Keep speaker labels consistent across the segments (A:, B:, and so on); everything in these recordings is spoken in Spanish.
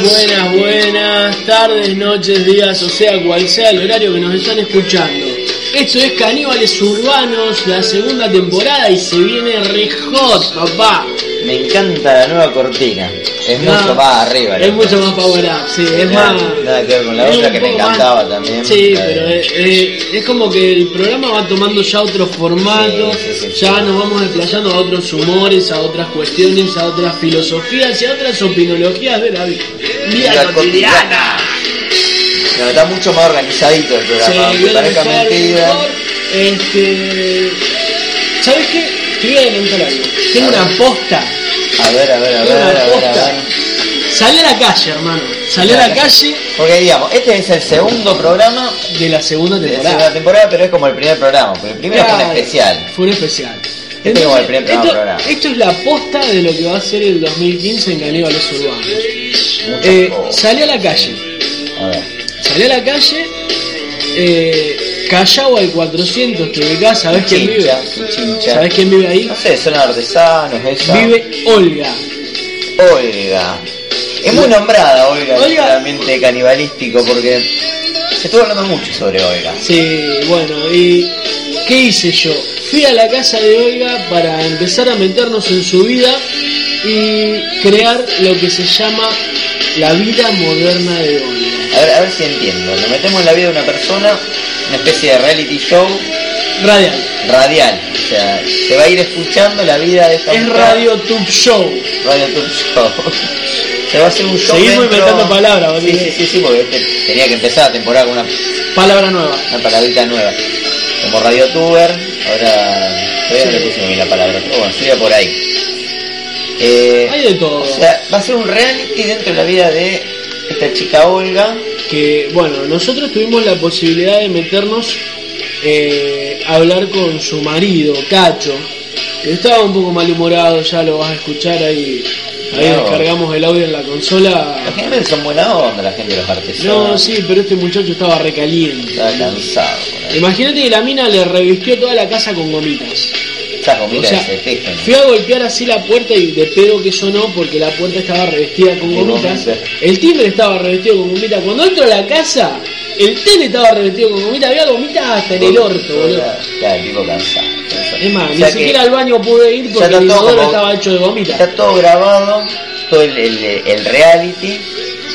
A: Buenas, buenas tardes, noches, días, o sea, cual sea el horario que nos están escuchando. Esto es Caníbales Urbanos, la segunda temporada y se viene re hot, papá.
B: Me encanta la nueva cortina. Es
A: No,
B: mucho más arriba.
A: Es
B: loco.
A: mucho más power up, sí, es
B: Nada-
A: más...
B: Nada que ver con la
A: es
B: otra
A: un
B: que me
A: poco más-
B: encantaba también.
A: Sí,
B: La de-
A: pero eh, eh, es como que el programa va tomando ya otro formato,
B: Sí, sí, sí,
A: ya
B: sí.
A: nos vamos desplayando a otros humores, a otras cuestiones, a otras filosofías y a otras opinologías de la vida, vida
B: La
A: cotidiana.
B: cotidiana. No, está mucho más organizadito el
A: Sí,
B: programa. aunque
A: voy a
B: parezca
A: empezar
B: mentira.
A: mejor. Este. ¿Sabes qué? Te voy a adelantar algo. Tengo
B: A ver.
A: una aposta.
B: A ver, a ver, a
A: Voy a
B: ver, a ver,
A: la
B: a ver.
A: posta. Salí a la calle, hermano. Salí a la calle
B: Porque digamos, este es el segundo programa
A: de la segunda
B: de la segunda
A: temporada.
B: temporada, pero es como el primer programa. Porque el primero fue un
A: Claro,
B: especial.
A: Fue un especial.
B: Este es como el primer
A: esto,
B: programa.
A: esto es la aposta de lo que va a ser el 2015 en Caníbales Urbanos.
B: Mucho
A: Eh,
B: más-
A: salí a la calle.
B: A ver.
A: Salí a la calle. Eh, Callao al 400, te ubicás, ¿sabés quién vive?
B: Chincha, chincha.
A: ¿Sabés quién vive ahí?
B: No sé, son artesanos, esa.
A: Vive Olga.
B: Olga. Es muy nombrada Olga,
A: Olga.
B: en el ambiente canibalístico porque se estuvo hablando mucho sobre Olga.
A: Sí, bueno, y ¿qué hice yo? Fui a la casa de Olga para empezar a meternos en su vida y crear lo que se llama la vida moderna de Olga.
B: A ver, a ver si entiendo. Nos metemos en la vida de una persona, una especie de reality show
A: Radial.
B: radial. O sea, se va a ir escuchando la vida de esta
A: Es
B: mujer.
A: Radio Tube Show.
B: Radio Tube Show. Se va a hacer un show.
A: Seguimos
B: dentro-
A: inventando palabras, boludo.
B: Sí, sí, sí, sí, porque este tenía que empezar la temporada con una,
A: Palabra nueva.
B: una palabrita nueva. Como Radio Tuber, ahora. Todavía no le
A: Sí.
B: puse bien la palabra, pero bueno, sería por ahí. Eh,
A: Hay de todo.
B: O sea, va a ser un reality dentro de la vida de esta chica Olga.
A: que bueno, nosotros tuvimos la posibilidad de meternos eh, a hablar con su marido, Cacho, que estaba un poco malhumorado, ya lo vas a escuchar ahí, ahí
B: Claro.
A: descargamos el audio en la
B: Los
A: consola.
B: generales son buena onda, la gente de los artesanos.
A: No, sí, pero este muchacho estaba recaliente.
B: Estaba cansado. por ahí.
A: Imagínate que la mina le revistió toda la casa con gomitas.
B: Esas
A: O
B: gomitas
A: sea,
B: que se tejen.
A: fui a golpear así la puerta y de pedo que sonó porque la puerta estaba revestida con
B: Con
A: gomitas.
B: gomitas.
A: El timbre estaba revestido con gomitas. Cuando entro a la casa, el tele estaba revestido con gomitas. Había gomitas hasta en el orto, boludo.
B: Está el tipo cansado. cansado.
A: Es más,
B: O
A: ni
B: sea que
A: siquiera al baño pude ir
B: ya
A: porque
B: está
A: el
B: todo
A: inodoro
B: como-
A: estaba hecho de gomitas.
B: Está todo grabado, todo el, el, el reality.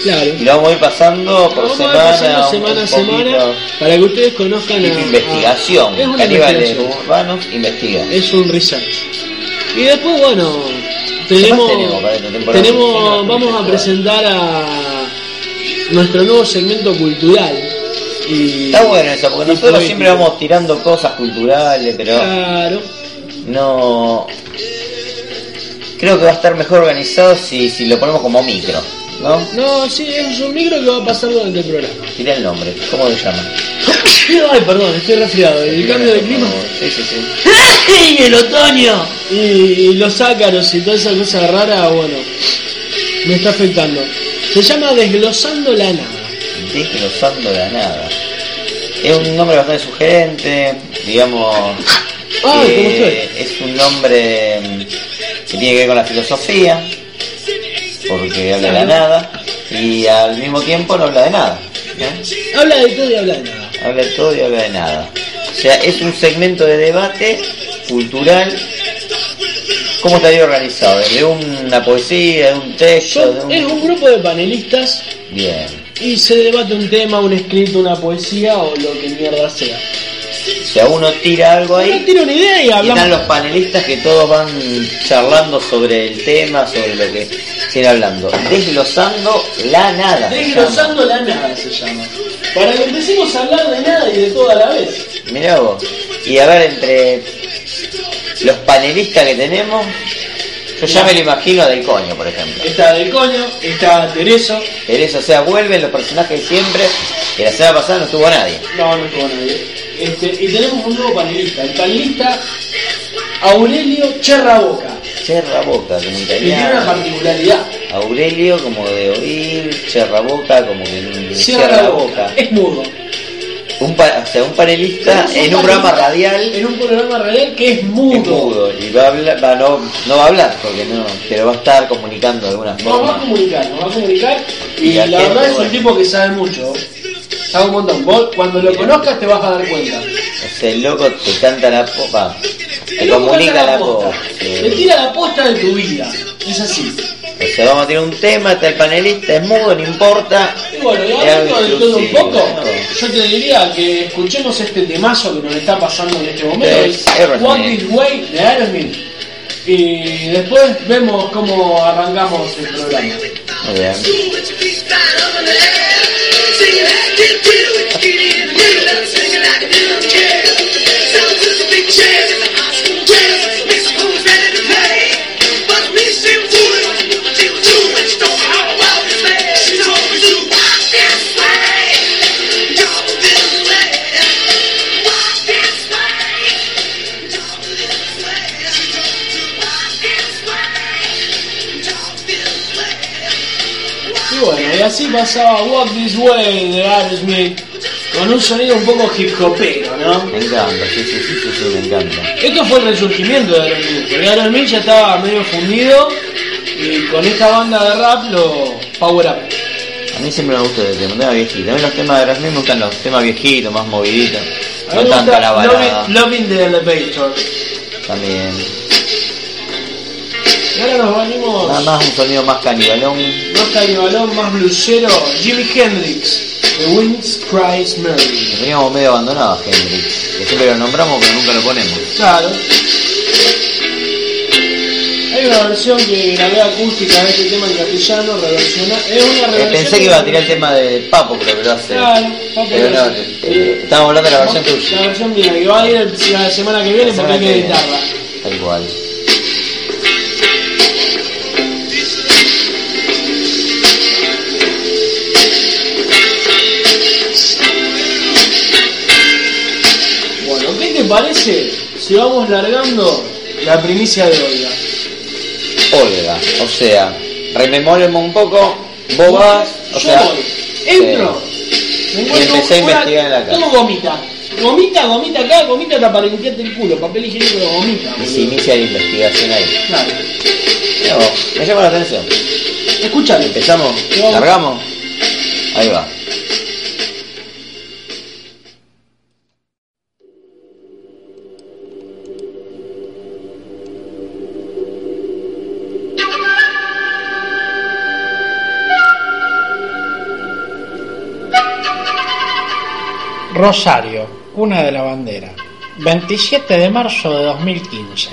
A: Claro.
B: Y lo vamos a ir pasando por
A: Vamos
B: semana.
A: a ir pasando
B: un-
A: semana a
B: un
A: semana
B: poquito.
A: para que ustedes conozcan
B: Tipo
A: a- a-
B: investigación.
A: Es una
B: Caníbales
A: investigación.
B: urbanos investigan.
A: Es un research. Y después, bueno, tenemos,
B: ¿Qué más tenemos para esta temporada?
A: tenemos vamos a
B: Temporada.
A: presentar a nuestro nuevo segmento cultural. Y,
B: Está bueno eso, porque
A: y
B: nosotros
A: poético.
B: siempre vamos tirando cosas culturales, pero...
A: Claro.
B: No. Creo que va a estar mejor organizado si, si lo ponemos como micro, ¿no?
A: No, sí, es un micro que va a pasar durante el programa.
B: Tira el nombre, ¿cómo se llama?
A: Ay, perdón, estoy resfriado. El cambio de clima.
B: Sí, sí, sí.
A: ¡Y el otoño! Y, y los ácaros y toda esa cosa rara, bueno, me está afectando. Se llama Desglosando la Nada.
B: Desglosando la nada. Es un nombre bastante sugerente, digamos.
A: Ay,
B: que
A: ¿cómo estoy?
B: es un nombre mm, que tiene que ver con la filosofía, porque habla de la nada, y al mismo tiempo no habla de nada. ¿eh? ¿no?
A: Habla de todo y habla de nada.
B: Habla de todo y habla de nada. sea, es un segmento de debate cultural. ¿Cómo estaría organizado? ¿De una poesía, de un texto?
A: Son-
B: De
A: es un
B: un...
A: grupo de panelistas
B: Bien.
A: y se debate un tema, un escrito, una poesía o lo que mierda sea.
B: O sea, uno tira algo
A: No
B: ahí
A: tiene una idea y
B: y están
A: hablamos.
B: los panelistas que todos van charlando sobre el tema, sobre lo que estén hablando. Desglosando la nada. se llama.
A: Desglosando la nada se llama. Para que empecemos a hablar de nada y de todo a la vez.
B: Mirá vos. Y a ver, entre los panelistas que tenemos, yo ya me lo imagino del coño, por ejemplo.
A: Está del coño, está Tereso.
B: Eres, o sea, vuelven los personajes de siempre, que la semana pasada no estuvo nadie.
A: No, no estuvo nadie. Este, y tenemos un nuevo panelista. El panelista Aurelio Cherraboca.
B: Cherra boca, como
A: Que tiene una
B: italiano.
A: particularidad.
B: Aurelio, como de oír, cherra boca, como que
A: Cierra, la boca. Es mudo.
B: Un, pa- o sea, un panelista
A: Tenemos
B: en
A: panelista
B: un programa radial.
A: En un programa radial que es mudo.
B: Es mudo, y va a hablar, va, no, no va a hablar porque no, pero va a estar comunicando de alguna
A: Nos va a
B: forma.
A: comunicar, nos va a comunicar. Y
B: Y
A: la
B: atento,
A: verdad es un
B: bueno.
A: tipo que sabe mucho. Sabe un montón. Vos, cuando lo conozcas te vas a dar cuenta.
B: O sea, el loco te canta la popa, te
A: El loco
B: comunica
A: canta
B: la popa.
A: Te tira la posta de tu vida. Es así.
B: O sea, vamos a tirar un tema, está el panelista, es mudo, no importa.
A: Y bueno, y
B: Es
A: hablando de
B: algo
A: todo un
B: inclusivo,
A: poco,
B: ¿no?
A: yo te diría que escuchemos este temazo que nos está pasando en este momento.
B: De
A: es
B: Aerosmith.
A: Walk This Way de Aerosmith. Y después vemos cómo arrancamos el programa.
B: Muy bien.
A: Y bueno, y así pasaba Walk This Way de Aerosmith con un sonido un poco hip hopero, ¿no?
B: Me encanta, sí, sí, sí, sí, sí, me encanta.
A: Esto fue el resurgimiento de Aerosmith, porque Aerosmith ya estaba medio fundido y con esta banda de rap lo power up.
B: A mí siempre me gusta el tema, tema viejito. A mí los temas de Rasmus me gustan los temas viejitos, más moviditos.
A: A mí
B: No
A: me
B: tanto
A: gusta
B: la balada.
A: Loving, Loving the Elevator.
B: También.
A: Y ahora nos venimos...
B: Nada más un sonido más canibalón.
A: Más canibalón, más blusero, Jimi Hendrix, The Winds Cries Mary.
B: Lo teníamos medio abandonado a Hendrix. Que siempre lo nombramos pero nunca lo ponemos.
A: Claro. Hay una versión que grabé acústica de este tema en castellano, reversiona. Es una
B: Eh,
A: reversión.
B: Pensé que iba a tirar el tema de Papo, pero lo hace.
A: Claro, Papo
B: Pero
A: lo
B: no,
A: hace.
B: eh, estábamos hablando de la versión tuya.
A: La versión mía, que va a ir el- la semana que viene porque hay que editarla.
B: Tal cual.
A: Bueno, ¿qué te parece si vamos largando la primicia de hoy?
B: Olga, o sea, rememoremos un poco, vos vas, o
A: Yo
B: sea,
A: voy, entro, me encuentro
B: empecé a
A: una-
B: investigar en la casa.
A: Tengo gomita. Gomita, gomita acá, gomita hasta para limpiarte el culo, papel higiénico de gomita.
B: y
A: boludo.
B: se inicia la investigación ahí.
A: Claro.
B: Mirá vos, Me llama la atención.
A: Escúchame.
B: ¿Empezamos?
A: No.
B: ¿Largamos? Ahí va.
C: Rosario, una de la bandera. 27 de marzo de 2015.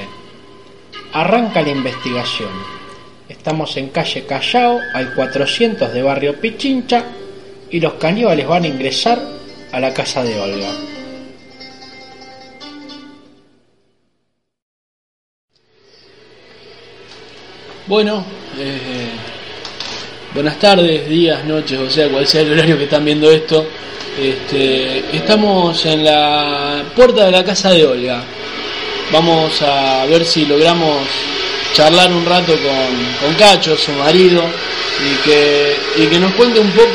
C: Arranca la investigación. Estamos en calle Callao, al 400 de barrio Pichincha, y los caníbales van a ingresar a la casa de Olga.
A: Bueno, eh, buenas tardes, días, noches, o sea, cual sea el horario que están viendo esto. Este, estamos en la puerta de la casa de Olga. Vamos a ver si logramos charlar un rato con, con Cacho, su marido, y que, y que nos cuente un poco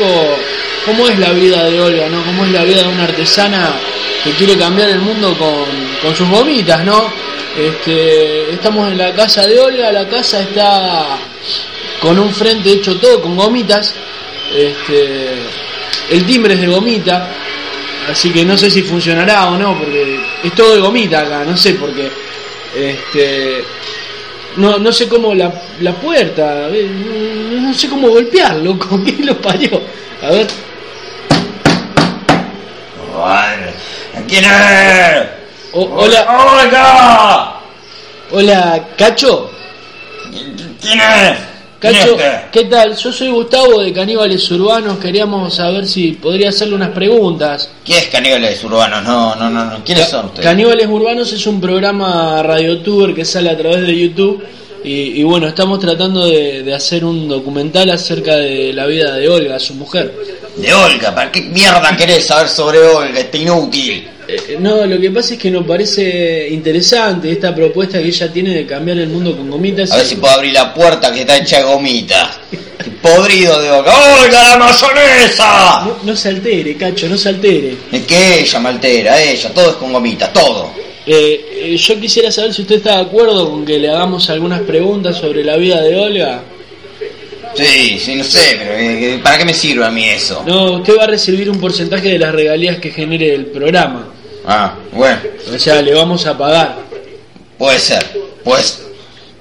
A: cómo es la vida de Olga, ¿no? Cómo es la vida de una artesana que quiere cambiar el mundo con, con sus gomitas, ¿no? Este, estamos en la casa de Olga, la casa está con un frente hecho todo con gomitas, este, el timbre es de gomita, Así que no sé si funcionará o no, porque es todo de gomita acá, no sé, porque este no, no sé cómo la, la puerta, eh, no, no sé cómo golpear, loco, ¿quién lo parió? A ver,
B: Bueno, ¿Quién es?
A: O- hola,
B: ¡Hola!
A: hola, Cacho,
B: ¿Quién es? ¿Quién es
A: Cacho,
B: usted?
A: ¿qué tal? Yo soy Gustavo de Caníbales Urbanos, queríamos saber si podría hacerle unas preguntas.
B: ¿Qué es caníbales urbanos? No, no, no, no. ¿Quiénes son ustedes?
A: Caníbales Urbanos es un programa radiotuber que sale a través de YouTube y, y bueno, estamos tratando de, de hacer un documental acerca de la vida de Olga, su mujer.
B: De Olga, ¿para qué mierda querés saber sobre Olga? Este inútil.
A: Eh, no, lo que pasa es que nos parece interesante esta propuesta que ella tiene de cambiar el mundo con gomitas.
B: A ver si puedo abrir la puerta que está hecha de gomita. Estoy Podrido de Olga. ¡Olga la mayonesa!
A: No, no se altere, Cacho, no se altere.
B: Es que ella me altera, ella, todo es con gomita, todo.
A: Eh, eh, yo quisiera saber si usted está de acuerdo con que le hagamos algunas preguntas sobre la vida de Olga.
B: Sí, sí, no sé, pero eh, ¿para qué me sirve a mí eso?
A: No, usted va a recibir un porcentaje de las regalías que genere el programa.
B: Ah, bueno,
A: O sea, le vamos a pagar.
B: puede ser, pues,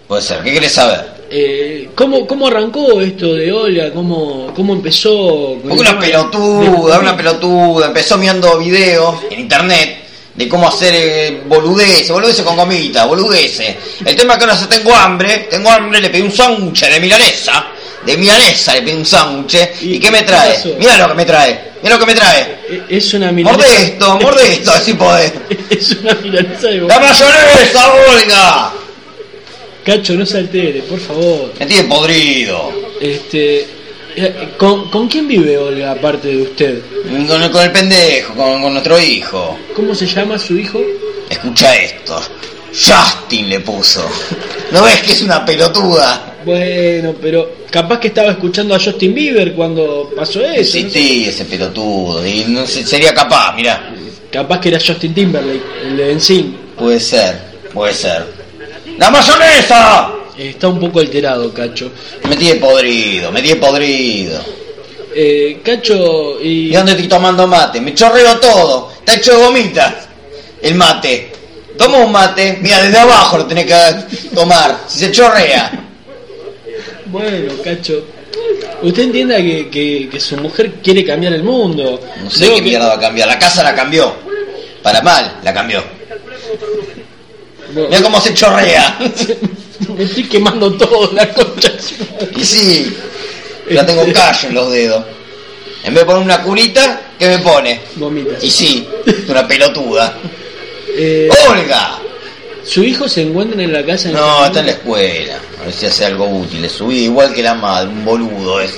B: puede ser. ¿Qué querés saber?
A: Eh, ¿cómo, ¿Cómo arrancó esto de Olga? ¿Cómo, cómo empezó? con
B: Porque
A: el
B: una
A: tema de- de-
B: pelotuda, una pelotuda, empezó mirando videos en internet de cómo hacer eh, boludeces, boludeces con gomita, boludeces. El tema es que ahora se tengo hambre, tengo hambre, le pedí un sándwich de milanesa, de milanesa le pedí un sándwich,
A: ¿Y
B: ¿y qué me
A: qué
B: trae?
A: pasó?
B: Mira lo que me trae, mira lo que me trae.
A: Eh, Es una
B: Morde
A: milanesa.
B: esto, morde esto, así podés.
A: Es una milanesa de
B: ¡La
A: boca.
B: mayonesa, Olga!
A: Cacho, no se altere, por favor.
B: Me tiene podrido.
A: Este, eh, ¿con, con quién vive Olga aparte de usted?
B: Con, con el pendejo, con, con nuestro hijo.
A: ¿Cómo se llama su hijo?
B: Escucha esto. Justin le puso. ¿No ves que es una pelotuda?
A: Bueno, pero capaz que estaba escuchando a Justin Bieber cuando pasó eso. no sé.
B: Existí ese pelotudo. Y no sé, sería capaz, mirá.
A: Capaz que era Justin Timberlake, el de Ensign.
B: Puede ser, puede ser. ¡La mayonesa!
A: Está un poco alterado, Cacho.
B: Me tiene podrido, me tiene podrido.
A: Eh, Cacho,
B: ¿Y
A: y...
B: dónde estoy tomando mate? Me chorreo todo. Está hecho de gomitas. El mate. Toma un mate. Mira, desde abajo lo tenés que tomar. Si se chorrea.
A: Bueno, Cacho. Usted entienda que, que- que su mujer quiere cambiar el mundo.
B: No sé
A: Luego
B: qué
A: que-
B: mierda va a cambiar. La casa la cambió. Para mal, la cambió.
A: Bueno,
B: Mira cómo se chorrea.
A: me estoy quemando todo la concha. de su madre.
B: Y sí, ya tengo un callo en los dedos. En vez de poner una curita, ¿qué me pone?
A: Gomitas.
B: Y sí, es una pelotuda.
A: Eh,
B: ¡Olga!
A: ¿Su hijo se encuentra en la casa? en
B: No,
A: este
B: está en la
A: momento?
B: escuela. A ver si hace algo útil. Le subí igual que la madre, un boludo es.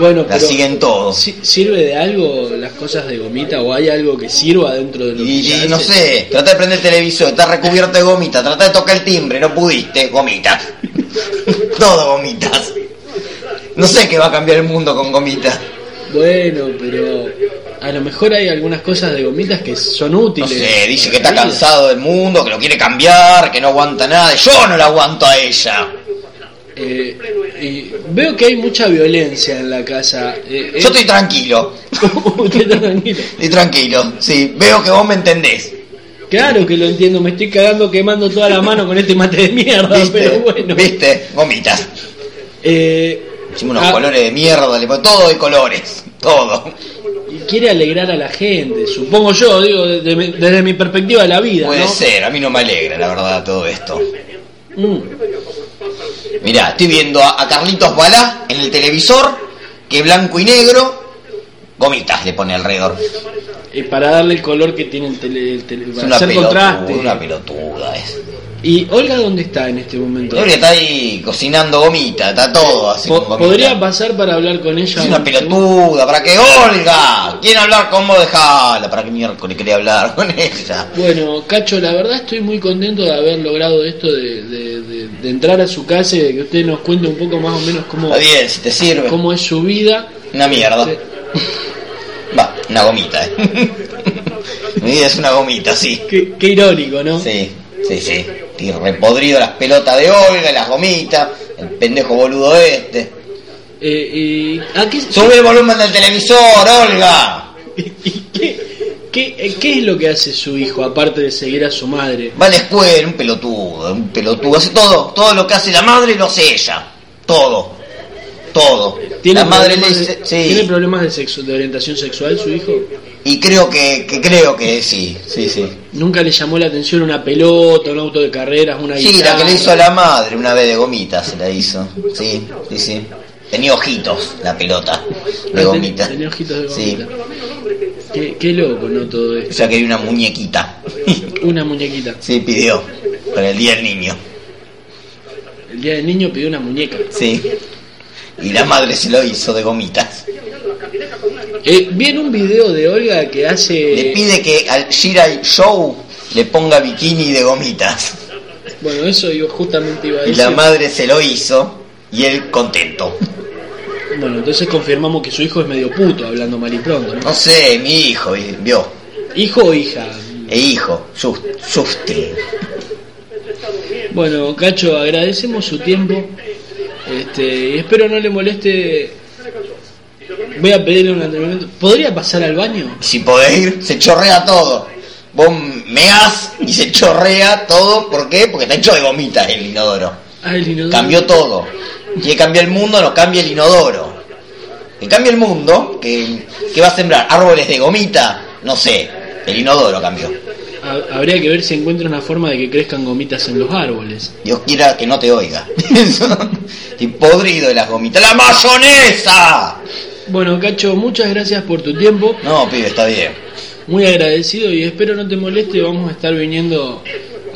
A: Bueno,
B: La
A: pero...
B: siguen todos.
A: Si- ¿Sirve de algo las cosas de gomita o hay algo que sirva dentro de lo que
B: Y,
A: ya
B: y no
A: hace?
B: sé, trata de prender el televisor, está recubierto de gomita, trata de tocar el timbre, no pudiste, gomitas. Todo gomitas. No sé qué va a cambiar el mundo con gomitas.
A: Bueno, pero a lo mejor hay algunas cosas de gomitas que son
B: No
A: útiles.
B: sé, dice que
A: para
B: está
A: la vida.
B: cansado del mundo, que lo quiere cambiar, que no aguanta nada. Yo no la aguanto a ella.
A: Eh, y veo que hay mucha violencia en la casa. Eh,
B: Yo
A: eh,
B: estoy tranquilo,
A: Usted está tranquilo.
B: estoy tranquilo. Sí, veo que vos me entendés.
A: Claro que lo entiendo, me estoy cagando quemando toda la mano con este mate de mierda, pero
B: ¿Viste?
A: bueno.
B: ¿Viste? Gomitas.
A: Eh,
B: Hicimos unos
A: ah,
B: colores de mierda, le pongo todo de colores. Todo.
A: y Quiere alegrar a la gente, supongo yo, digo, desde mi, desde mi perspectiva de la vida.
B: Puede
A: ¿no?
B: ser, a mí no me alegra, la verdad, todo esto.
A: Mm.
B: Mirá, estoy viendo a, a Carlitos Balá en el televisor, que blanco y negro. Gomitas le pone alrededor. Es
A: Eh, para darle el color que tiene el tele, el tele- para
B: una
A: hacer
B: pelotuda,
A: contraste.
B: una pelotuda es.
A: ¿Y Olga dónde está en este momento?
B: Gloria está ahí cocinando gomita, está todo así
A: Po-
B: con gomita.
A: ¿Podría pasar para hablar con ella?
B: Es una pelotuda, ¿para qué? ¡Olga! ¿Quiere hablar con vos? Dejala, ¿para qué miércoles quería hablar con ella?
A: Bueno, Cacho, la verdad estoy muy contento de haber logrado esto de, de- de- de entrar a su casa y de que usted nos cuente un poco más o menos cómo,
B: Está bien, si te sirve.
A: cómo es su vida.
B: Una mierda.
A: Sí.
B: Va, una gomita, eh. Mi vida es una gomita, sí.
A: Qué, qué irónico, ¿no?
B: Sí, sí, sí. Estoy repodrido las pelotas de Olga, las gomitas, el pendejo boludo este.
A: Eh, eh, ¿a qué-
B: Sube el volumen del televisor, Olga.
A: y- ¿Qué, qué, eh, qué es lo que hace su hijo, aparte de seguir a su madre?
B: Va a la escuela, un pelotudo, un pelotudo. Hace todo, todo lo que hace la madre lo hace ella. Todo. Todo. la madre le
A: problemas
B: dice,
A: de,
B: sí.
A: ¿Tiene problemas de, sexo, de orientación sexual su hijo?
B: Y creo que, que creo que sí, sí, sí.
A: ¿Nunca le llamó la atención una pelota, un auto de carreras, una
B: Sí,
A: guitarra?
B: la que le hizo a la madre una vez de gomita se la hizo. Sí, sí, sí. Tenía ojitos la pelota de
A: Ah,
B: gomita.
A: ten- tenía ojitos de
B: Sí.
A: gomita. Qué, qué loco, ¿no? Todo
B: O
A: esto.
B: sea, quería una muñequita.
A: Una muñequita.
B: Sí, pidió. Para el día del niño.
A: El día del niño pidió una muñeca.
B: Sí. Y la madre se lo hizo de gomitas.
A: Eh, vi en un video de Olga que
B: Le
A: hace...
B: pide que al Shirai Show le ponga bikini de gomitas.
A: Bueno, eso yo justamente iba a
B: Y
A: decir.
B: la madre se lo hizo. Y él contento.
A: Bueno, entonces confirmamos que su hijo es medio puto, hablando mal y pronto, ¿no?
B: No sé, mi hijo y- vio.
A: ¿Hijo o hija?
B: E hijo, Just- Justin.
A: Bueno, Cacho, agradecemos su tiempo. Este, y espero no le moleste... Voy a pedirle un entrenamiento. ¿Podría pasar al baño?
B: Si podés ir, se chorrea todo. Vos meás y se chorrea todo. ¿Por qué? Porque está hecho de gomitas el inodoro.
A: Ah, el inodoro.
B: Cambió todo. Quiere cambiar el mundo, no cambia el inodoro. Que cambie el mundo, que, que va a sembrar árboles de gomita, no sé. El inodoro cambió.
A: Ha- Habría que ver si encuentra una forma de que crezcan gomitas en los árboles.
B: Dios quiera que no te oiga. Estoy podrido de las gomitas. ¡La mayonesa!
A: Bueno, Cacho, muchas gracias por tu tiempo.
B: No, pibe, está bien.
A: Muy agradecido y espero no te moleste. Vamos a estar viniendo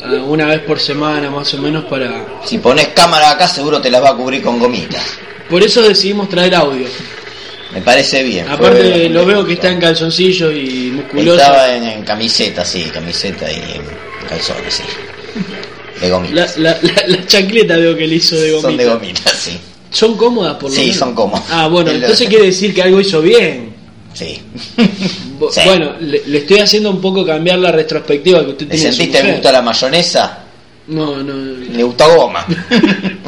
A: ah, una vez por semana más o menos para...
B: Si pones cámara acá, seguro te las va a cubrir con gomitas.
A: Por eso decidimos traer audio.
B: Me parece bien.
A: Aparte
B: Fue-
A: lo veo que está en calzoncillos y musculoso.
B: Estaba en, en camiseta, sí, camiseta y en calzones, sí. De
A: La,
B: gomitas.
A: la, la- la chancleta veo que le hizo de gomita.
B: Son de gomitas, sí.
A: ¿Son cómodas por lo
B: Sí,
A: menos?
B: son cómodas.
A: Ah, bueno,
B: El-
A: entonces quiere decir que algo hizo bien.
B: Sí.
A: Bo-
B: Sí.
A: Bueno, le, le estoy haciendo un poco cambiar la retrospectiva que usted
B: ¿Le
A: tiene. de su
B: sentiste el
A: mujer.
B: gusto a la mayonesa?
A: No, no.
B: Le gusta goma.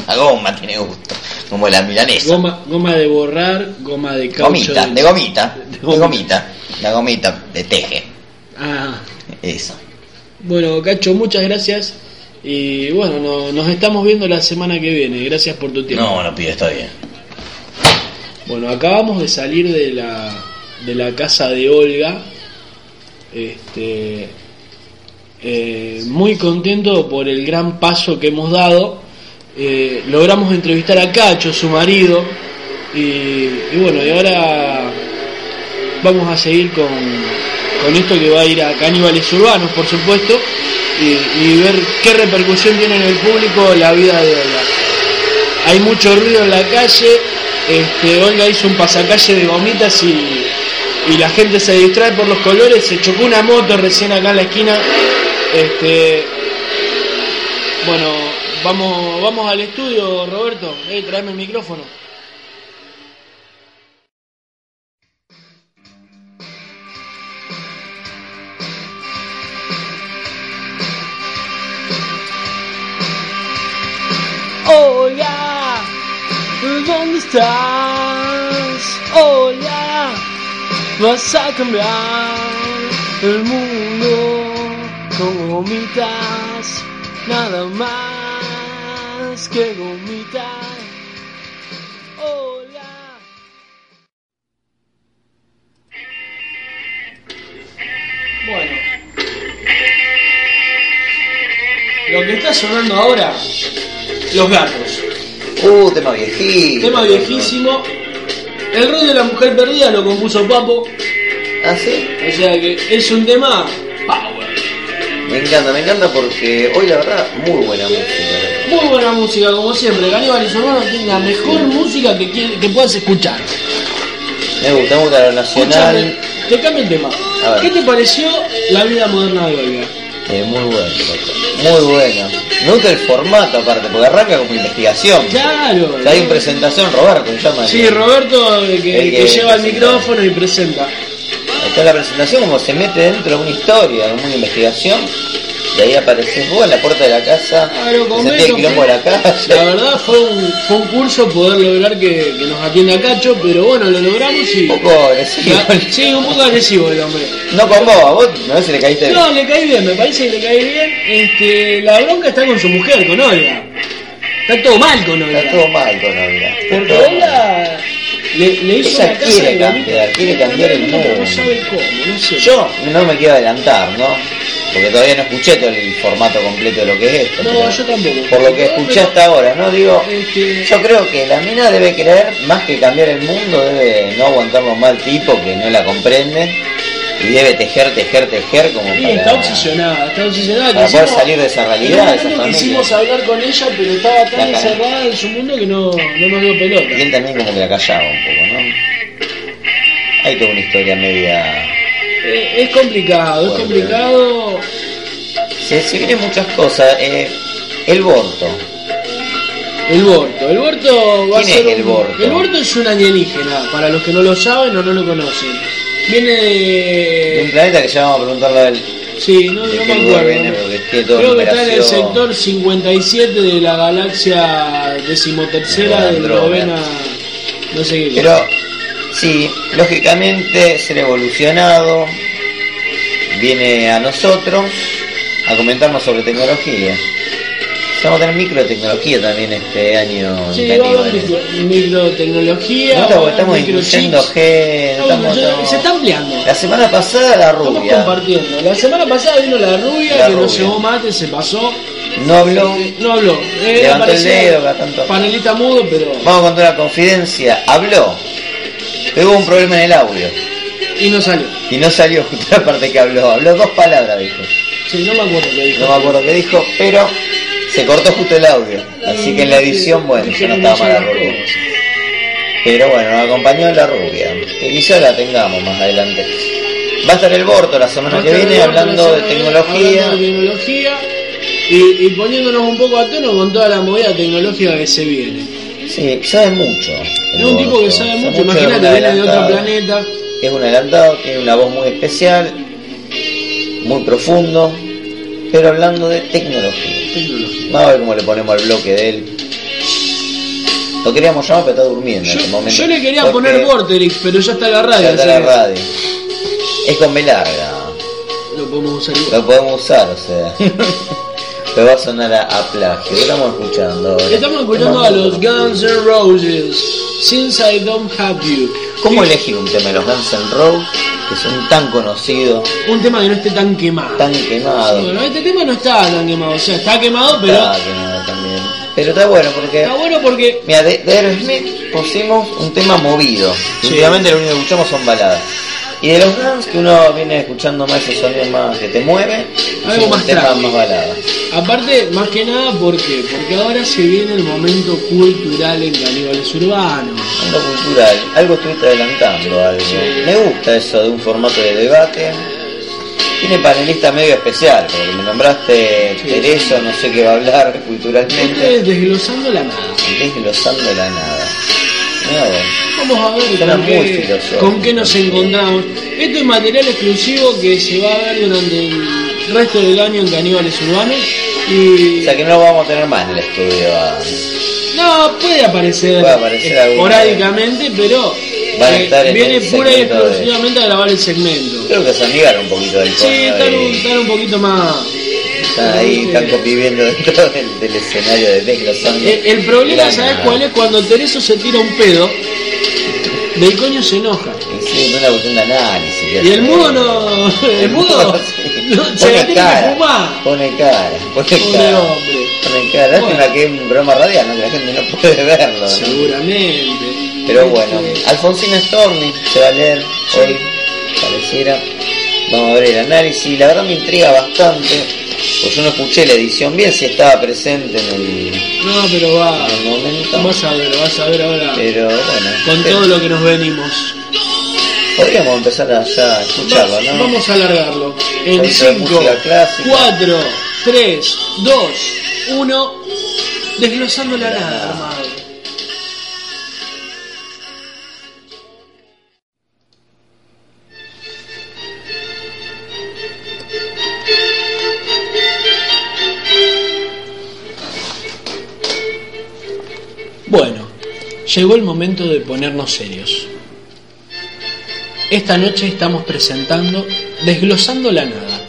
B: La goma tiene gusto. Como la milanesa.
A: Goma, goma de borrar, goma de caucho.
B: gomita, de gomita.
A: de
B: De
A: gomita.
B: gomita. La gomita de teje.
A: Ah.
B: Eso.
A: Bueno, Cacho, muchas gracias. Y bueno, no- nos estamos viendo la semana que viene. Gracias por tu tiempo.
B: No, no, pibe, está bien.
A: Bueno, acabamos de salir de la, de la casa de Olga. Este, eh, muy contento por el gran paso que hemos dado. Eh, logramos entrevistar a Cacho, su marido. Y, y bueno, y ahora vamos a seguir con, con esto que va a ir a Caníbales Urbanos, por supuesto. Y, y ver qué repercusión tiene en el público la vida de Olga hay mucho ruido en la calle. Este, Olga hizo un pasacalle de gomitas y, y la gente se distrae por los colores. Se chocó una moto recién acá en la esquina. Este, bueno, vamos, vamos al estudio, Roberto. Eh, tráeme el micrófono. Hola, ¿dónde estás? Hola, vas a cambiar el mundo con gomitas, nada más que gomitas. Oh, Hola. Bueno, lo que está sonando ahora, los gatos.
B: Uh, tema viejito.
A: Tema viejísimo. El rol de la mujer perdida lo compuso Papo. O
B: Ah, sí.
A: sea que es un tema.
B: Me encanta, me encanta porque hoy la verdad, muy buena música.
A: Muy buena música, como siempre. Caníbal y su hermano tienen la mejor música que, quie- que puedas escuchar.
B: Me gusta, me gusta lo
A: Escuchame,
B: nacional.
A: te cambio el tema.
B: A ver.
A: ¿Qué te pareció la vida moderna de Olga?
B: Eh, muy bueno, muy bueno. Me gusta el formato aparte, porque arranca como investigación.
A: Claro.
B: Ya hay en presentación, Roberto, se llama.
A: Sí, Roberto, eh, que,
B: El
A: que
B: que
A: lleva el
B: presenta.
A: micrófono y presenta.
B: Está la presentación como se mete dentro de una historia, de una investigación. Y ahí apareces vos en la puerta de la casa.
A: Claro,
B: y
A: comé,
B: sentí el
A: comé.
B: quilombo de la
A: La
B: calle.
A: verdad fue un, fue un curso poder lograr que, que nos atienda Cacho, pero bueno, lo logramos y...
B: Un poco agresivo.
A: y- Sí, un poco agresivo el hombre.
B: No con vos, a vos no sé si le caíste bien.
A: No, le caí bien, me parece que le caí bien. Este, la bronca está con su mujer, con Olga. Está todo mal con Olga.
B: Está todo mal con Olga.
A: Porque
B: Todo mal.
A: Olga le, le hizo
B: Ella
A: una casa
B: quiere
A: de gomita.
B: cambiar, quiere cambiar el
A: No,
B: mundo.
A: No sabe cómo, no sé.
B: Yo no me quiero adelantar, ¿no? Porque todavía no escuché todo el formato completo de lo que es esto.
A: No,
B: pero
A: yo tampoco.
B: Por lo que escuché hasta ahora, ¿no? Digo,
A: Este-
B: yo creo que la mina debe creer, más que cambiar el mundo, debe no aguantarlo mal tipo que no la comprende y debe tejer, tejer, tejer como
A: Sí,
B: para...
A: está obsesionada, está obsesionada.
B: Para poder
A: Quisimos-
B: salir de esa realidad,
A: en un
B: de esa
A: momento
B: familia.
A: Quisimos hablar con ella, pero estaba tan
B: La cara.
A: encerrada en su mundo que no, no nos dio pelota.
B: Y él también como que la callaba un poco, ¿no? Hay toda una historia media...
A: Eh, Es, complicado, es
B: Bueno.
A: complicado.
B: Se, se vienen muchas cosas. eh, el Borto.
A: El Borto, el Borto va a
B: ¿Quién
A: ser
B: es el
A: un-
B: Borto?
A: El Borto es un alienígena, para los que no lo saben o no lo conocen. Viene
B: De un
A: de...
B: planeta que ya vamos a preguntarle a él.
A: Sí, no,
B: ¿De
A: no
B: qué
A: me
B: lugar
A: acuerdo.
B: viene? Porque tiene toda
A: Creo que está en el
B: numeración.
A: sector 57 de la galaxia decimotercera
B: Nueva
A: de la
B: Andrómeda.
A: novena... No sé qué.
B: Pero sí, lógicamente ser evolucionado viene a nosotros a comentarnos sobre tecnología. Vamos a tener microtecnología también este año.
A: Sí,
B: en
A: va a haber
B: caníbales.
A: micro- microtecnología,
B: Nota,
A: va a
B: porque
A: haber
B: estamos
A: microchips.
B: incluyendo gente.
A: Estamos
B: estamos-
A: incluyendo- Se está
B: estamos-
A: ampliando.
B: La semana pasada la
A: Estamos
B: rubia
A: compartiendo. La semana pasada vino la rubia
B: La
A: que nos
B: rubia.
A: llevó mate, se pasó.
B: no habló.
A: No habló. Eh,
B: Levantó
A: parecía
B: el dedo, cada tanto.
A: Panelita mudo, pero.
B: Vamos a contar una confidencia. Habló. Pero hubo un problema en el audio.
A: Y no salió.
B: Y no salió justo la parte que habló. Habló dos palabras, dijo.
A: Sí, no me acuerdo qué dijo.
B: No me acuerdo qué dijo, pero se cortó justo el audio. Así que en la edición, bueno, ya no estaba mal la rubia. Pero bueno, nos acompañó la rubia. Que quizá la tengamos más adelante. Va a estar el Borto la semana que viene hablando de tecnología.
A: Hablando de tecnología y, y poniéndonos un poco a tono con toda la movida tecnológica que se viene.
B: Sí, sabe mucho. el
A: Es un tipo que
B: Borto.
A: sabe mucho,
B: es un
A: imagínate, viene de otro
B: adelantado.
A: planeta.
B: Es un adelantado, tiene una voz muy especial, muy profundo, pero hablando de tecnología.
A: Tecnología.
B: Vamos a ver cómo le ponemos al bloque de él. Lo queríamos llamar, pero está durmiendo en este
A: Yo,
B: momento.
A: yo le quería
B: Porque
A: poner Vorterix, pero ya está la radio.
B: ya está
A: así
B: la
A: que
B: radio. Es con B larga.
A: Lo podemos usar igual.
B: Lo podemos usar, o sea. pero va a sonar a, a plagio. ¿Qué estamos escuchando ahora?
A: Estamos escuchando a los Guns N' Roses. Since I Don't Have You.
B: ¿Cómo
A: Y
B: elegir un tema de los Guns N' Roses que son tan conocidos,
A: Un tema que no esté tan quemado.
B: tan quemados?
A: Bueno, este tema no está tan quemado. O sea, está quemado, pero
B: Está quemado también. Pero está bueno porque.
A: está bueno porque.
B: Mira, de, de Aerosmith pusimos un tema movido.
A: Sí.
B: Últimamente lo único que escuchamos son baladas. Y de los Guns, que uno viene escuchando más esos sonidos más que te mueve, pusimos
A: más
B: un tema
A: tranqui.
B: más balada.
A: Aparte, más que nada, ¿por qué? Porque ahora se viene el momento cultural en caníbales urbanos.
B: Algo cultural, algo estuviste adelantando, algo. Me gusta eso de un formato de debate. Tiene panelista medio especial, porque me nombraste
A: Sí.
B: Tereso, no sé qué va a hablar
A: Este
B: culturalmente.
A: es desglosando la nada.
B: Desglosando la nada. Mirá vos.
A: Vamos a ver
B: Suena
A: con
B: muy
A: qué,
B: filosófico.
A: con qué nos encontramos. Esto es material exclusivo que se va a ver durante el resto del año en Caníbales Urbanos. Y
B: O sea que no lo vamos a tener más en el estudio. ah.
A: no, puede aparecer,
B: Puede aparecer alguna
A: esporádicamente, pero
B: Van a
A: eh,
B: estar en
A: viene
B: el
A: pura y
B: segmento de-
A: exclusivamente a grabar el segmento.
B: Creo que se amigaron un poquito del
A: Sí,
B: coño
A: están un,
B: y
A: están un poquito más...
B: están ahí, están conviviendo dentro del, del escenario de desglosando.
A: El, Eh, el problema,
B: La
A: ¿sabes
B: nada.
A: cuál es? Cuando Tereso se tira un pedo, del coño se enoja.
B: Y sí, no es una cuestión de análisis. ya
A: Y el
B: sé.
A: mudo no... El mudo
B: sí.
A: no- se
B: Pone
A: la tiene
B: cara,
A: que fumar.
B: Pone cara, pone
A: Pobre
B: cara.
A: hombre.
B: Pone cara. Lástima
A: Bueno.
B: que es un programa radial, ¿no? que la gente no puede verlo. ¿no?
A: Seguramente.
B: Pero bueno,
A: Este,
B: Alfonsina Storni se va a leer hoy, pareciera. Vamos a ver el análisis. La verdad me intriga bastante. Pues yo no escuché la edición bien si estaba presente en el,
A: No, pero va.
B: en el momento.
A: Vas a ver, vas a ver ahora.
B: Pero bueno,
A: Con
B: pe-
A: todo lo que nos venimos.
B: podríamos empezar a ya escucharlo, ¿no?
A: Vamos a alargarlo. En
B: Ahorita la
A: 5,
B: música clásica.
A: 4, 3, 2, 1. Desglosando la nada, hermano. llegó el momento de ponernos serios. Esta noche estamos presentando Desglosando la Nada.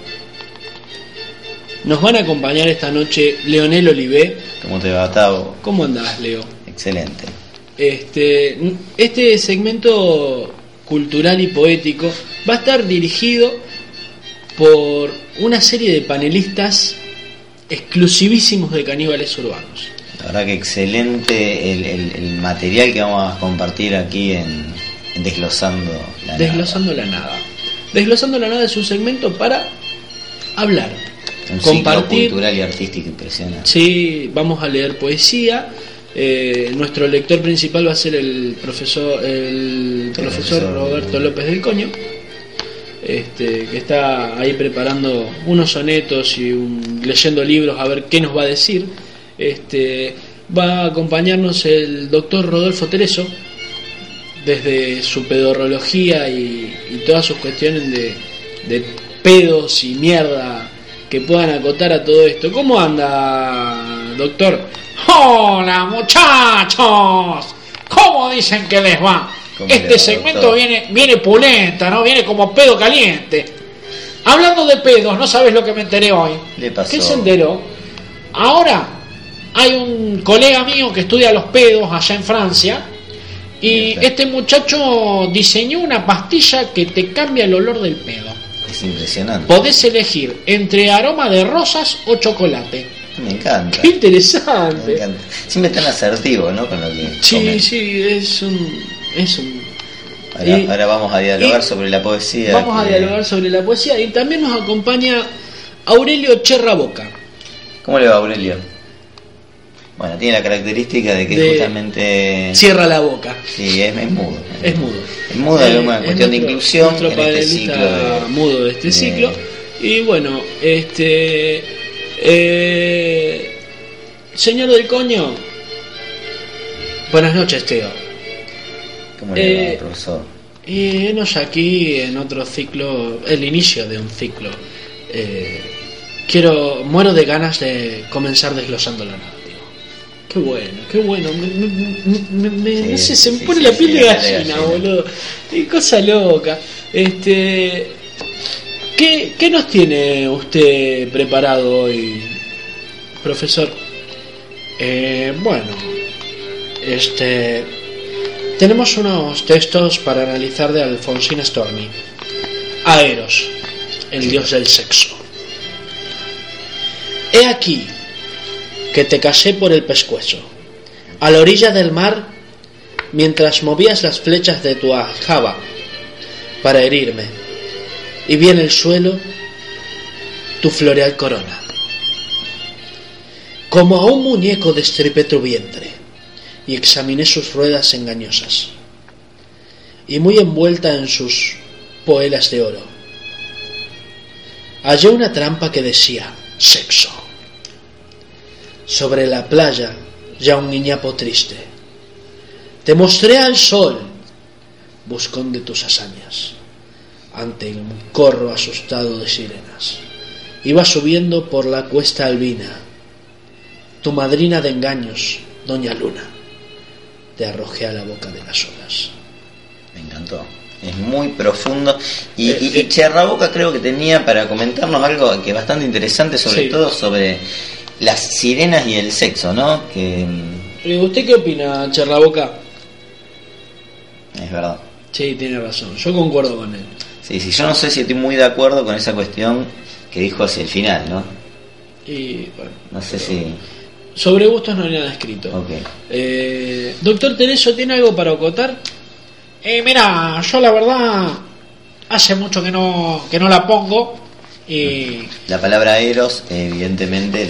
A: Nos van a acompañar esta noche Leonel Olivé.
B: ¿Cómo te va, Tavo?
A: ¿Cómo andás, Leo?
B: Excelente.
A: Este, este segmento cultural y poético va a estar dirigido por una serie de panelistas exclusivísimos de caníbales urbanos.
B: La verdad que excelente el, el- el material que vamos a compartir aquí en, en Desglosando la Nada.
A: Desglosando la nada. Desglosando la nada es un segmento para hablar,
B: Un ciclo
A: compartir.
B: cultural y artístico impresionante.
A: Sí, vamos a leer poesía. Eh, nuestro lector principal va a ser el profesor, el profesor
B: profesor.
A: Roberto López del Coño, este, que está ahí preparando unos sonetos y un- leyendo libros a ver qué nos va a decir. Este, va a acompañarnos el doctor Rodolfo Tereso, desde su pedorrología y, y todas sus cuestiones de, de pedos y mierda que puedan acotar a todo esto. ¿Cómo anda, doctor?
C: Hola muchachos, ¿cómo dicen que les va?
B: ¿Cómo le
C: Este
B: va,
C: segmento
B: doctor?
C: viene, viene pulenta, ¿no? Viene como pedo caliente. Hablando de pedos, no sabes lo que me enteré hoy.
B: Le pasó.
C: ¿Qué se enteró? Ahora hay un colega mío que estudia los pedos allá en Francia y
B: Bien, está.
C: este muchacho diseñó una pastilla que te cambia el olor del pedo.
B: Es impresionante.
C: Podés elegir entre aroma de rosas o chocolate.
B: Me encanta.
A: ¡Qué
B: Me
A: interesante!
B: encanta. Siempre tan asertivo, ¿no? Con lo que
A: Sí,
B: comen.
A: sí, es un... Es un
B: Ahora,
A: Y-
B: ahora vamos a dialogar
A: y-
B: sobre la poesía.
A: vamos a
B: que-
A: dialogar sobre la poesía y también nos acompaña Aurelio Cherraboca.
B: ¿Cómo le va, Aurelio? Bueno, tiene la característica de que
A: De-
B: justamente...
A: Cierra la boca.
B: Sí, es, es mudo.
A: Es mudo.
B: Es mudo, es una
A: es
B: cuestión de inclusión
A: Nuestro
B: en este
A: panelista
B: ciclo de-
A: mudo de este
B: de-
A: ciclo. Y bueno, este. eh, señor del coño. Buenas noches, Teo.
B: ¿Cómo le
A: Eh,
B: va, profesor?
A: Y enos aquí en otro ciclo, el inicio de un ciclo. Eh, quiero, muero de ganas de comenzar desglosando la nada, tío. Qué bueno, qué bueno. Me, me- me- me- me-
B: Sí,
A: no sé, se me
B: sí,
A: pone
B: sí,
A: la
B: sí,
A: piel de
B: la
A: gallina,
B: piel de gallina.
A: boludo. Qué cosa loca. Este, ¿qué, ¿Qué nos tiene usted preparado hoy, profesor?
C: Eh, bueno, este. Tenemos unos textos para analizar de Alfonsín Storni. Aeros, el dios del sexo. He aquí que te casé por el pescuezo, a la orilla del mar, mientras movías las flechas de tu ajaba para herirme, y vi en el suelo tu floreal corona como a un muñeco destripé tu vientre y examiné sus ruedas engañosas y muy envuelta en sus poelas de oro hallé una trampa que decía sexo sobre la playa ya un niñapo triste te mostré al sol buscón de tus hazañas ante el corro asustado de sirenas iba subiendo por la cuesta albina tu madrina de engaños, Doña Luna, te arrojé a la boca de las olas.
B: Me encantó. Es muy profundo. Y,
C: Eh,
B: y,
C: eh.
B: y Cherraboca creo que tenía para comentarnos algo que bastante interesante, sobre
A: Sí.
B: todo sobre las sirenas y el sexo, ¿no? Que mm,
A: Eh, ¿Usted qué opina, Cherraboca?
B: es verdad.
A: Sí, tiene razón, yo concuerdo con él.
B: Sí, sí, yo no sé si estoy muy de acuerdo con esa cuestión que dijo hacia el final, ¿no?
A: Y bueno,
B: No sé si...
A: sobre gustos no hay nada escrito.
B: Ok.
A: Eh, Doctor Tereso, ¿tiene algo para acotar?
C: Eh, mira, yo la verdad hace mucho que no, que no la pongo y
B: La palabra eros, evidentemente,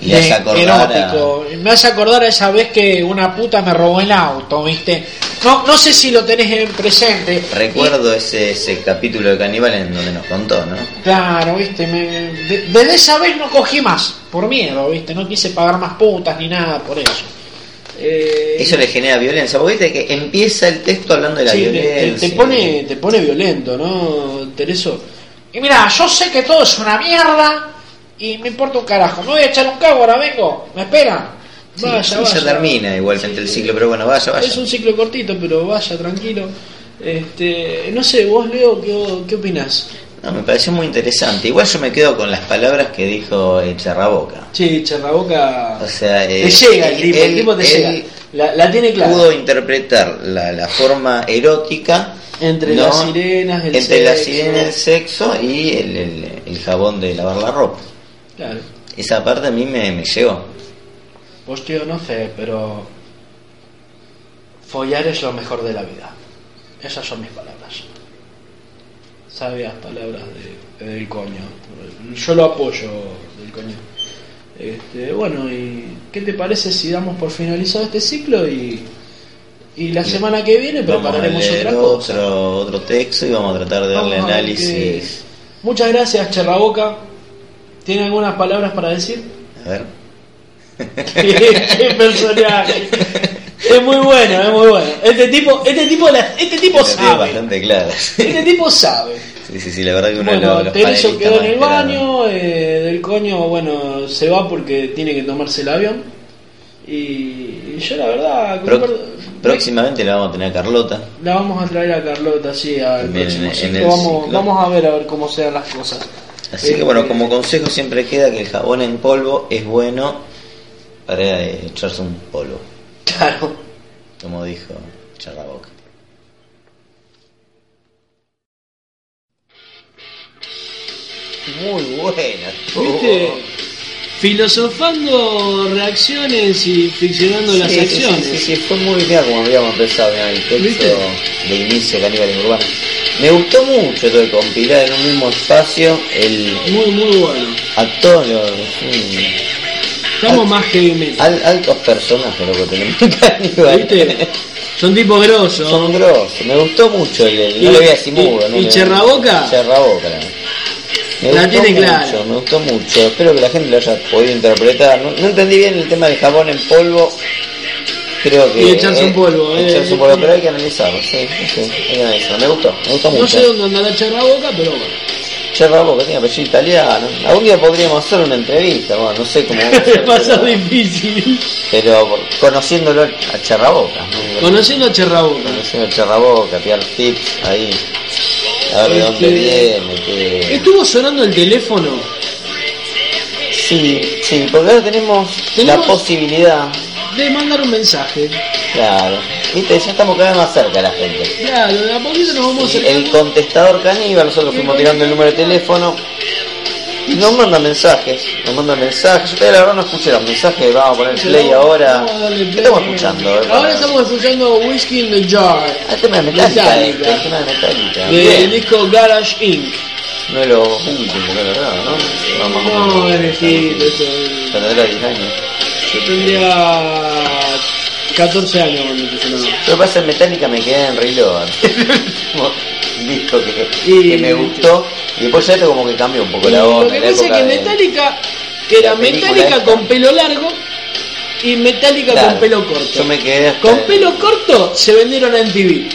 B: le, le hace
C: de
B: acordar a-
C: erótico. Me hace acordar a esa vez que una puta me robó el auto, ¿viste? No, no sé si lo tenés en presente.
B: Recuerdo ese, ese capítulo de Caníbal en donde nos contó, ¿no?
C: Claro, viste, me- de- desde esa vez no cogí más, por miedo, viste, no quise pagar más putas ni nada por eso. Eh,
B: Eso le genera violencia. Porque viste que empieza el texto hablando de la
A: Sí, te- te,
B: violencia.
A: te pone, te pone violento, ¿no, Tereso?
C: Y mira, yo sé que todo es una mierda y me importa un carajo. Me voy a echar un cago, ahora vengo. ¿Me esperan?
B: Sí,
C: Vaya,
B: sí,
C: vaya.
B: ya termina igualmente el ciclo, pero bueno, vaya, vaya.
C: Es un ciclo cortito, pero vaya, tranquilo. Este, no sé, vos Leo, ¿qué, qué opinás?
B: No, me pareció muy interesante. Igual yo me quedo con las palabras que dijo el Charraboca.
C: Sí, Charraboca.
B: O sea, eh,
C: te llega el tipo, el
B: él-
C: tipo te
B: él
C: llega. La, la tiene clara.
B: Pudo interpretar la, la forma erótica
C: Entre
B: ¿no?
C: las sirenas, el
B: entre la
C: sexo.
B: sirena, el sexo y el, el- el jabón de lavar la ropa.
C: Claro.
B: Esa parte a mí me, me llegó.
C: Pues tío, no sé, pero. Follar es lo mejor de la vida. Esas son mis palabras. Sabias palabras de- del coño. Yo lo apoyo del coño. Este, bueno, ¿y qué te parece si damos por finalizado este ciclo y, y la semana que viene
B: Vamos a
C: prepararemos
B: leer
C: otra cosa?
B: otro, otro texto y vamos a tratar de darle
C: Vamos a ver
B: análisis.
C: qué- Muchas gracias, Cherraboca. ¿Tiene algunas palabras para decir?
B: A ver.
C: Qué personaje. Es muy bueno, es muy bueno. Este tipo, este tipo, la- este tipo
B: Las tiene
C: sabe.
B: bastante claras.
C: Este tipo sabe.
B: Sí, sí, sí, la verdad que uno de los-
C: Bueno,
B: los
C: Tereso
B: panelistas
C: quedó
B: más
C: en el
B: esperados.
C: baño, eh, del coño, bueno, se va porque tiene que tomarse el avión. Y, y yo la verdad,
B: Pro-
C: concuerdo-
B: próximamente la vamos a tener a Carlota.
C: la vamos a traer a Carlota, sí, al
B: En el-
C: próximo
B: en
C: ciclo.
B: el
C: Vamos,
B: ciclo.
C: vamos a ver a ver cómo se dan las cosas.
B: Así que
C: Eh,
B: bueno, como consejo siempre queda que el jabón en polvo es bueno para eh, echarse un polvo,
C: Claro.
B: como dijo Charraboca. Muy buena. tú.
C: ¿Viste? Filosofando reacciones y ficcionando las
B: Sí, sí, sí,
C: acciones.
B: sí, sí, fue muy bien como habíamos empezado mirá, el texto
C: ¿Viste?
B: de inicio de Caníbales Urbanos. Me gustó mucho esto de compilar en un mismo espacio el,
C: Muy, muy bueno.
B: a todos los... mm,
C: Estamos más heavy metal.
B: Al, altos personajes lo que tenemos en Caníbal.
C: ¿Viste? Son tipos grosos.
B: Son grosos. Me gustó mucho el, el-
C: Y-
B: no lo voy a decir
C: y-
B: mudo, ¿no?
C: y
B: Me-
C: Cherraboca.
B: Cherraboca. la- Me
C: La
B: gustó
C: tiene
B: mucho,
C: clara.
B: me gustó mucho. Espero que la gente lo haya podido interpretar. No, no entendí bien el tema del jabón en polvo. Creo que.
C: Y echarse un polvo, eh.
B: Echarse un polvo, pero hay que analizarlo, sí, sí, hay que analizarlo. Me gustó, me gustó
C: No
B: mucho.
C: sé dónde andará Charraboca, pero bueno.
B: Cherraboca tiene apellido italiano. Algún día podríamos hacer una entrevista, bueno, no sé cómo.
C: Va a ser difícil.
B: Pero por- conociéndolo a Cherraboca. ¿no?
C: Conociendo a Charraboca.
B: Conociendo a Cherraboca, Pierre Tips, ahí. A ver de dónde
C: Este-
B: viene, qué.
C: Estuvo sonando el teléfono.
B: Sí, sí, porque ahora tenemos,
C: Tenemos-
B: la posibilidad,
C: De mandar un mensaje.
B: claro, viste, ya estamos cada vez más cerca de la gente.
C: Claro, de a poquito nos vamos
B: Y
C: a
B: el contestador caníbal, nosotros fuimos tirando el número de teléfono, y nos manda mensajes, nos manda mensajes, ustedes la verdad no escuché los mensajes, vamos a poner play ahora,
C: Vamos a darle play.
B: estamos escuchando? eh,
C: Ahora
B: para-
C: estamos escuchando Whiskey in the Jar.
B: Ah, el tema de Metallica,
C: Metallica.
B: este, el tema de Metallica.
C: Del
B: Bien.
C: disco Garage Inc.
B: No es lo último, la verdad, ¿no? Más o menos.
C: No, viejito, eso.
B: Cuando era 10 años.
C: Yo tendría 14 años cuando empezó la-
B: Lo que pasa en Metallica me quedé en Reload. Como un disco que,
C: Y-
B: que me gustó. Y después ya esto como que cambió un poco la onda.
C: Lo que
B: la
C: pasa es
B: época
C: que
B: de-
C: Metallica era
B: la película
C: Metallica
B: esta.
C: con pelo largo y Metallica
B: Claro,
C: con pelo corto.
B: Yo me quedé hasta
C: Con
B: el-
C: pelo corto se vendieron en TV.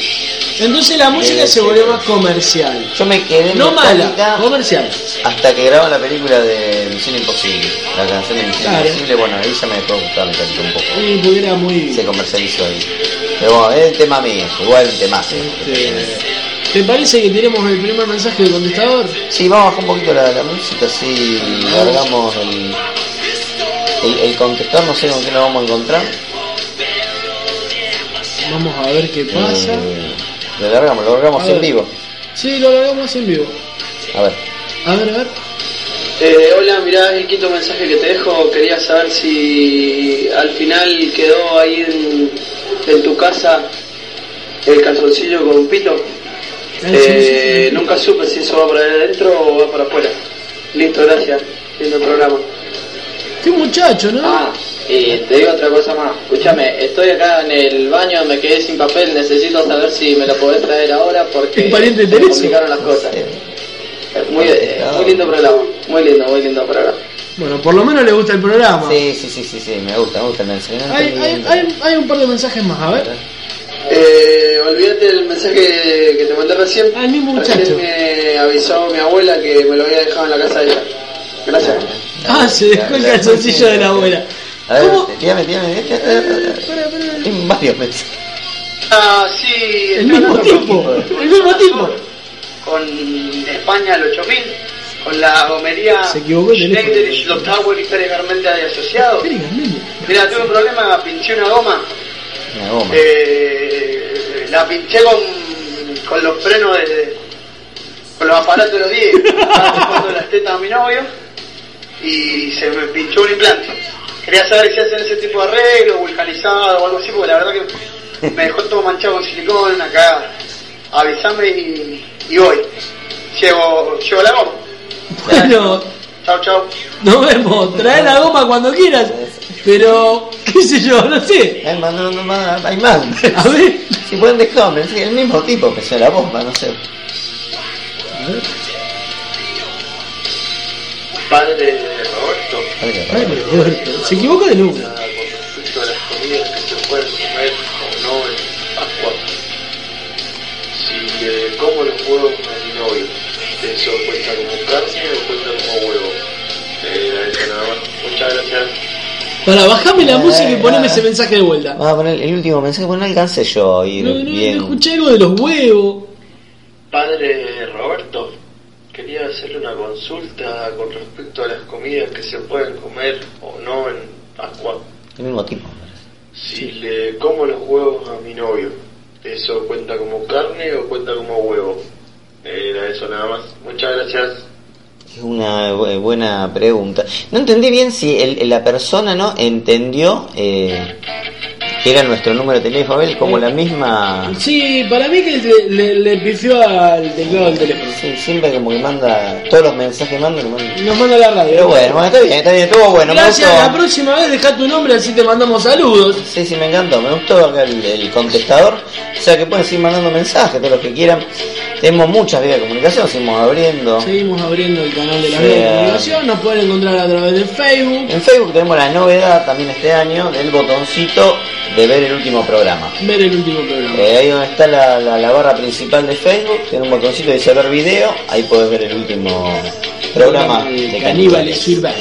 C: Entonces la música
B: Debe
C: se
B: ser.
C: volvió más comercial.
B: Yo me quedé en
C: No mala,
B: Metallica
C: comercial.
B: hasta que graban la película de Misión Imposible. La canción de Misión
C: Claro.
B: Imposible, bueno, ahí ya me dejó gustar Metallica un poco.
C: Y hubiera muy.
B: Se comercializó ahí. Pero bueno, es el tema mío, igual un tema sí.
C: este, ¿Te parece que tenemos el primer mensaje del contestador?
B: Sí, vamos a bajar un poquito la, la música, así largamos el, el, el contestar, no sé con qué nos vamos a encontrar.
C: Vamos a ver qué pasa.
B: Eh, lo largamos, lo largamos
C: A
B: en
C: ver.
B: vivo.
C: Sí, lo hagamos en vivo.
B: A ver.
C: A ver, a ver.
D: Eh, hola, mirá, es el quinto mensaje que te dejo. Quería saber si al final quedó ahí en, en tu casa el calzoncillo con pito. Eh, nunca supe si eso va para adentro o va para afuera. Listo, gracias. Lindo programa.
C: Qué muchacho, ¿no?
E: Ah, y te digo otra cosa más. Escúchame, estoy acá en el baño, me quedé sin papel, necesito saber si me lo podés traer ahora porque
C: Es pariente de
E: se
C: Teresa. Ah.
E: complicaron las cosas.
B: Eh,
E: Muy, eh, muy lindo programa, muy lindo, muy lindo programa.
C: Bueno, por lo menos le gusta el
A: Ah.
C: programa.
B: Sí, sí, sí, sí, sí, me gusta, me gusta el mensaje. No
C: Hay,
B: entendí
C: hay-
B: bien,
C: hay- hay un par de mensajes más, a ver.
D: Eh, olvídate del mensaje que te mandé recién.
C: Ah, el mismo muchacho.
D: Recién me avisó mi abuela que me lo había dejado en la casa de ella. Gracias.
B: pero-
C: Ah, se dejó el calzoncillo de la abuela.
B: A ver, tírame, tírame, tírame, tírame, tírame.
A: Pará, pará.
B: Hay varios meses.
D: Ah, sí,
A: El
D: está
A: mismo
D: hablando
A: tipo,
D: con-
A: el mismo tipo.
D: Con España, el 8000, con la gomería
A: Se equivocó el teléfono.
D: Schneider y Schlotauer históricamente de asociados.
A: Verga, niño.
D: Mira, tuve un problema, pinché una goma.
B: Una goma.
D: Eh, la pinché con, con los frenos de. con los aparatos de los 10. Estaba tocando las tetas a mi novio y se me pinchó un implante. Quería saber si hacen ese tipo de arreglo, vulcanizado o algo así, porque la verdad que me dejó todo manchado con silicón, acá. Avisame y, y voy. Llevo, llevo la goma.
A: Bueno,
D: Chao, chao.
A: nos vemos. Trae la goma cuando quieras. Pero, qué sé yo, no sé.
B: Hay más, no, no, más, hay más.
A: A ver.
B: Si pueden dejarme, es el mismo tipo que se la bomba, no sé.
D: Padre de Roberto.
A: Ay, pero Roberto, Se equivoca de número.
D: conflicto de las comidas que se pueden comer o no en Pascua. Si eh, como los huevos a mi novio, ¿eso cuenta como carne o cuenta como huevo? Eh, la dejo nada más. Muchas gracias.
A: Para, bajame la
B: Eh,
A: música y poneme
B: eh.
A: ese mensaje de vuelta.
B: Vamos a poner el último mensaje, bueno, no alcancé yo a ir
A: No, no, no,
B: bien.
A: escuché algo de los huevos.
D: Padre Roberto, quería hacerle una consulta con respecto a las comidas que se pueden comer o no en Pascua.
B: el mismo tipo. me parece.
D: Si le como los huevos a mi novio, ¿eso cuenta como carne o cuenta como huevo? Era eso nada más. Muchas gracias.
B: Es una bu- eh, buena pregunta. No entendí bien si el- la persona no entendió eh, que era nuestro número de teléfono, él como la misma...
A: Sí, para mí que le, le, le pifió al teclado del teléfono.
B: Sí, siempre como que manda todos los mensajes, manda, que manda.
A: Nos manda la radio.
B: Pero bueno, bueno, está bien, está bien, estuvo bueno,
A: Gracias,
B: me
A: la
B: gustó.
A: próxima vez deja tu nombre así te mandamos saludos.
B: Sí, sí, me encantó, me gustó acá el, el contestador. O sea que pueden seguir mandando mensajes, todos los que quieran. Tenemos muchas vías de comunicación, seguimos abriendo.
A: Seguimos abriendo el canal de la
B: Sí.
A: red de comunicación, nos pueden encontrar a través de Facebook,
B: En Facebook tenemos la novedad también este año del botoncito de ver el último programa.
A: ver el último programa.
B: Eh, ahí donde está la, la- la barra principal de Facebook, tiene un botoncito que dice ver video, ahí podés ver el último programa
A: de
B: de
A: Caníbales
B: Caníbales.
A: Urbanos,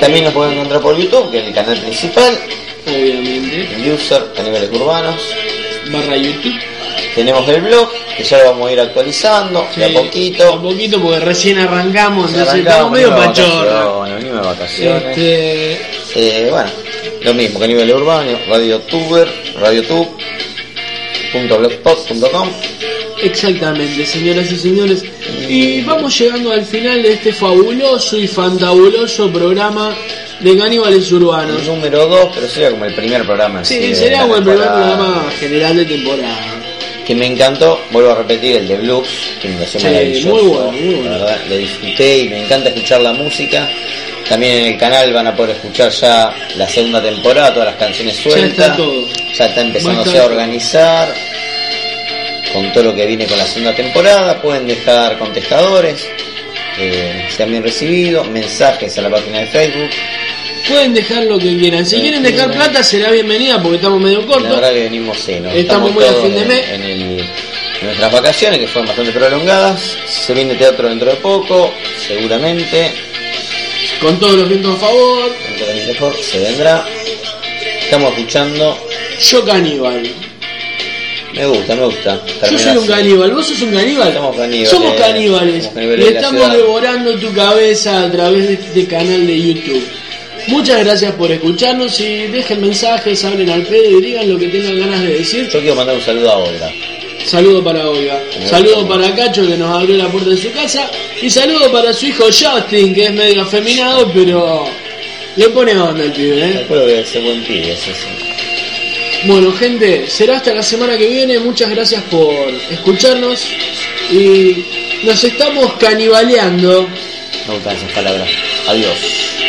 B: También nos pueden encontrar por YouTube, que es el canal principal,
A: obviamente,
B: el user Caníbales Urbanos.
A: barra YouTube.
B: Tenemos el blog, que ya lo vamos a ir actualizando de a
A: Un
B: poquito.
A: poquito porque recién arrancamos, entonces estamos
B: Arrancamos,
A: medio
B: venimos de
A: pachorra.
B: vacaciones, venimos de vacaciones.
A: Este,
B: Eh, bueno, lo mismo que nivel urbano, radiotuber, radiotube.blogspot.com.
A: exactamente, señoras y señores.
B: Mm.
A: Y vamos llegando al final de este fabuloso y fantabuloso programa de Caníbales Urbanos.
B: El número 2, pero sería como el primer programa. en
A: Sí,
B: de
A: sería
B: la
A: como el primer
B: temporada,
A: programa general de temporada.
B: Que me encantó, vuelvo a repetir, el de Blues, que me pareció
A: Sí,
B: maravilloso.
A: muy bueno, muy bueno.
B: La verdad, lo disfruté y me encanta escuchar la música. También en el canal van a poder escuchar ya la segunda temporada, todas las canciones
A: Ya
B: sueltas.
A: está todo.
B: ya está empezándose
A: Bastante.
B: a organizar con todo lo que viene con la segunda temporada. Pueden dejar contestadores, eh, se han bien recibido, mensajes a la página de Facebook.
A: Pueden dejar lo que quieran. Si
B: Sí,
A: quieren
B: sí,
A: dejar
B: sí.
A: plata, será bienvenida porque estamos medio
B: La
A: cortos.
B: verdad que venimos llenos.
A: Estamos muy a
B: todos
A: fin de
B: en-
A: mes.
B: En, el- en nuestras vacaciones, que fueron bastante prolongadas. Se viene teatro dentro de poco, seguramente.
A: Con todos los vientos a favor.
B: Dentro del mejor se vendrá. Estamos escuchando.
A: Yo caníbal.
B: Me gusta, me gusta.
A: Yo
B: Terminar
A: soy un
B: así.
A: caníbal. ¿Vos sos un caníbal?
B: Somos caníbales.
A: Somos caníbales.
B: Somos caníbales
A: Le
B: de la
A: estamos
B: ciudad.
A: devorando tu cabeza a través de este canal de YouTube. Muchas gracias por escucharnos y dejen mensajes, hablen al pedo y digan lo que tengan ganas de decir.
B: Yo quiero mandar un saludo a Olga.
A: Saludo para Olga, saludo para Cacho que nos abrió la puerta de su casa y saludo para su hijo Justin que es medio afeminado pero le pone onda el pibe. ¿eh?
B: Recuerdo que ese buen pibe, sí, sí.
A: Bueno gente, será hasta la semana que viene, muchas gracias por escucharnos y nos estamos canibaleando.
B: Me gustan esas palabras. Adiós.